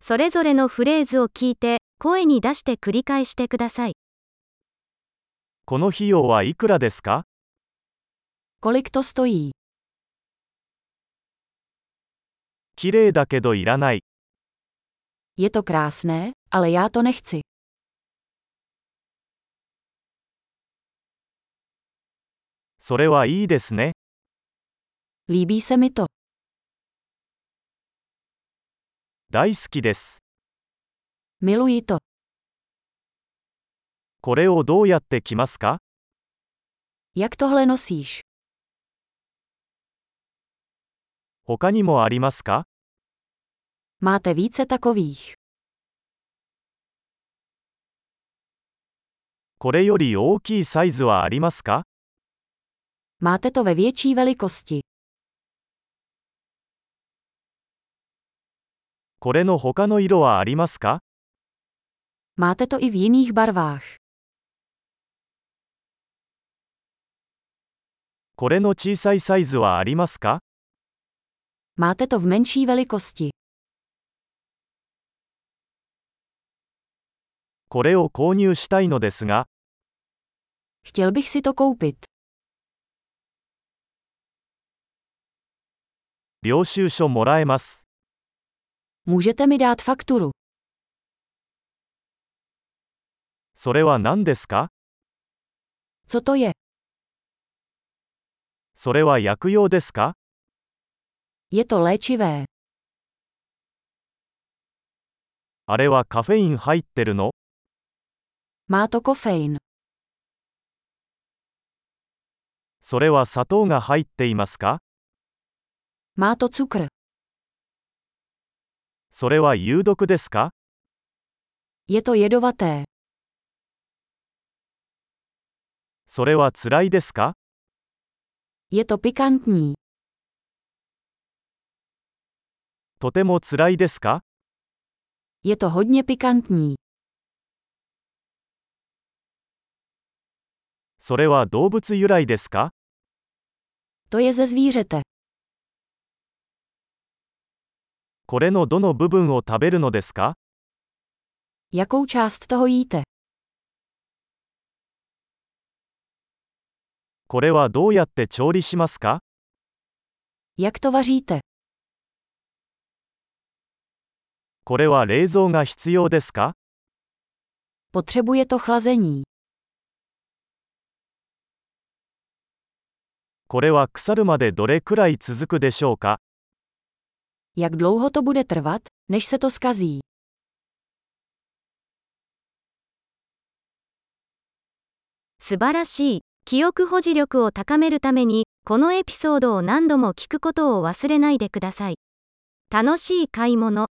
それぞれのフレーズを聞いて、声に出して繰り返してください。この費用はいくらですか Kolik to stojí? 綺麗だけどいらない。 Je to krásné, ale já to nechci. それはいいですね。 Líbí se mi to. 大好きです。 Miluji to. これをどうやって着ますか Jak tohle nosíš? 他にもありますか Máte více takových. これより大きいサイズはありますか Máte to ve větší velikosti. これの他の色はありますか Máte to i v jiných barvách. これの小さいサイズはありますか Máte to v menší velikosti. これを購入したいのですが、 Chtěl bych si to koupit. 領収書もらえます。 Můžete mi dát fakturu. それは何ですか Co to je? それは薬用ですか Je to léčivé. あれはカフェイン入ってるの Má to kofein. それは砂糖が入っていますか Má to cukr. それは有毒ですか Je to jedovaté. それは辛いですか Je to pikantní. とても辛いですか Je to hodně pikantní. それは動物由来ですか To je ze zvířete. これのどの部分を食べるのですか Jakou část toho jíte? これはどうやって調理しますか Jak to vaříte? これは冷蔵が必要ですか Potřebuje to chlazení. これは腐るまでどれくらい続くでしょうか Jak dlouho to bude trvat, než se to skazí? 素晴らしい。記憶保持力を高めるために、このエピソードを何度も聞くことを忘れないでください。楽しい買い物。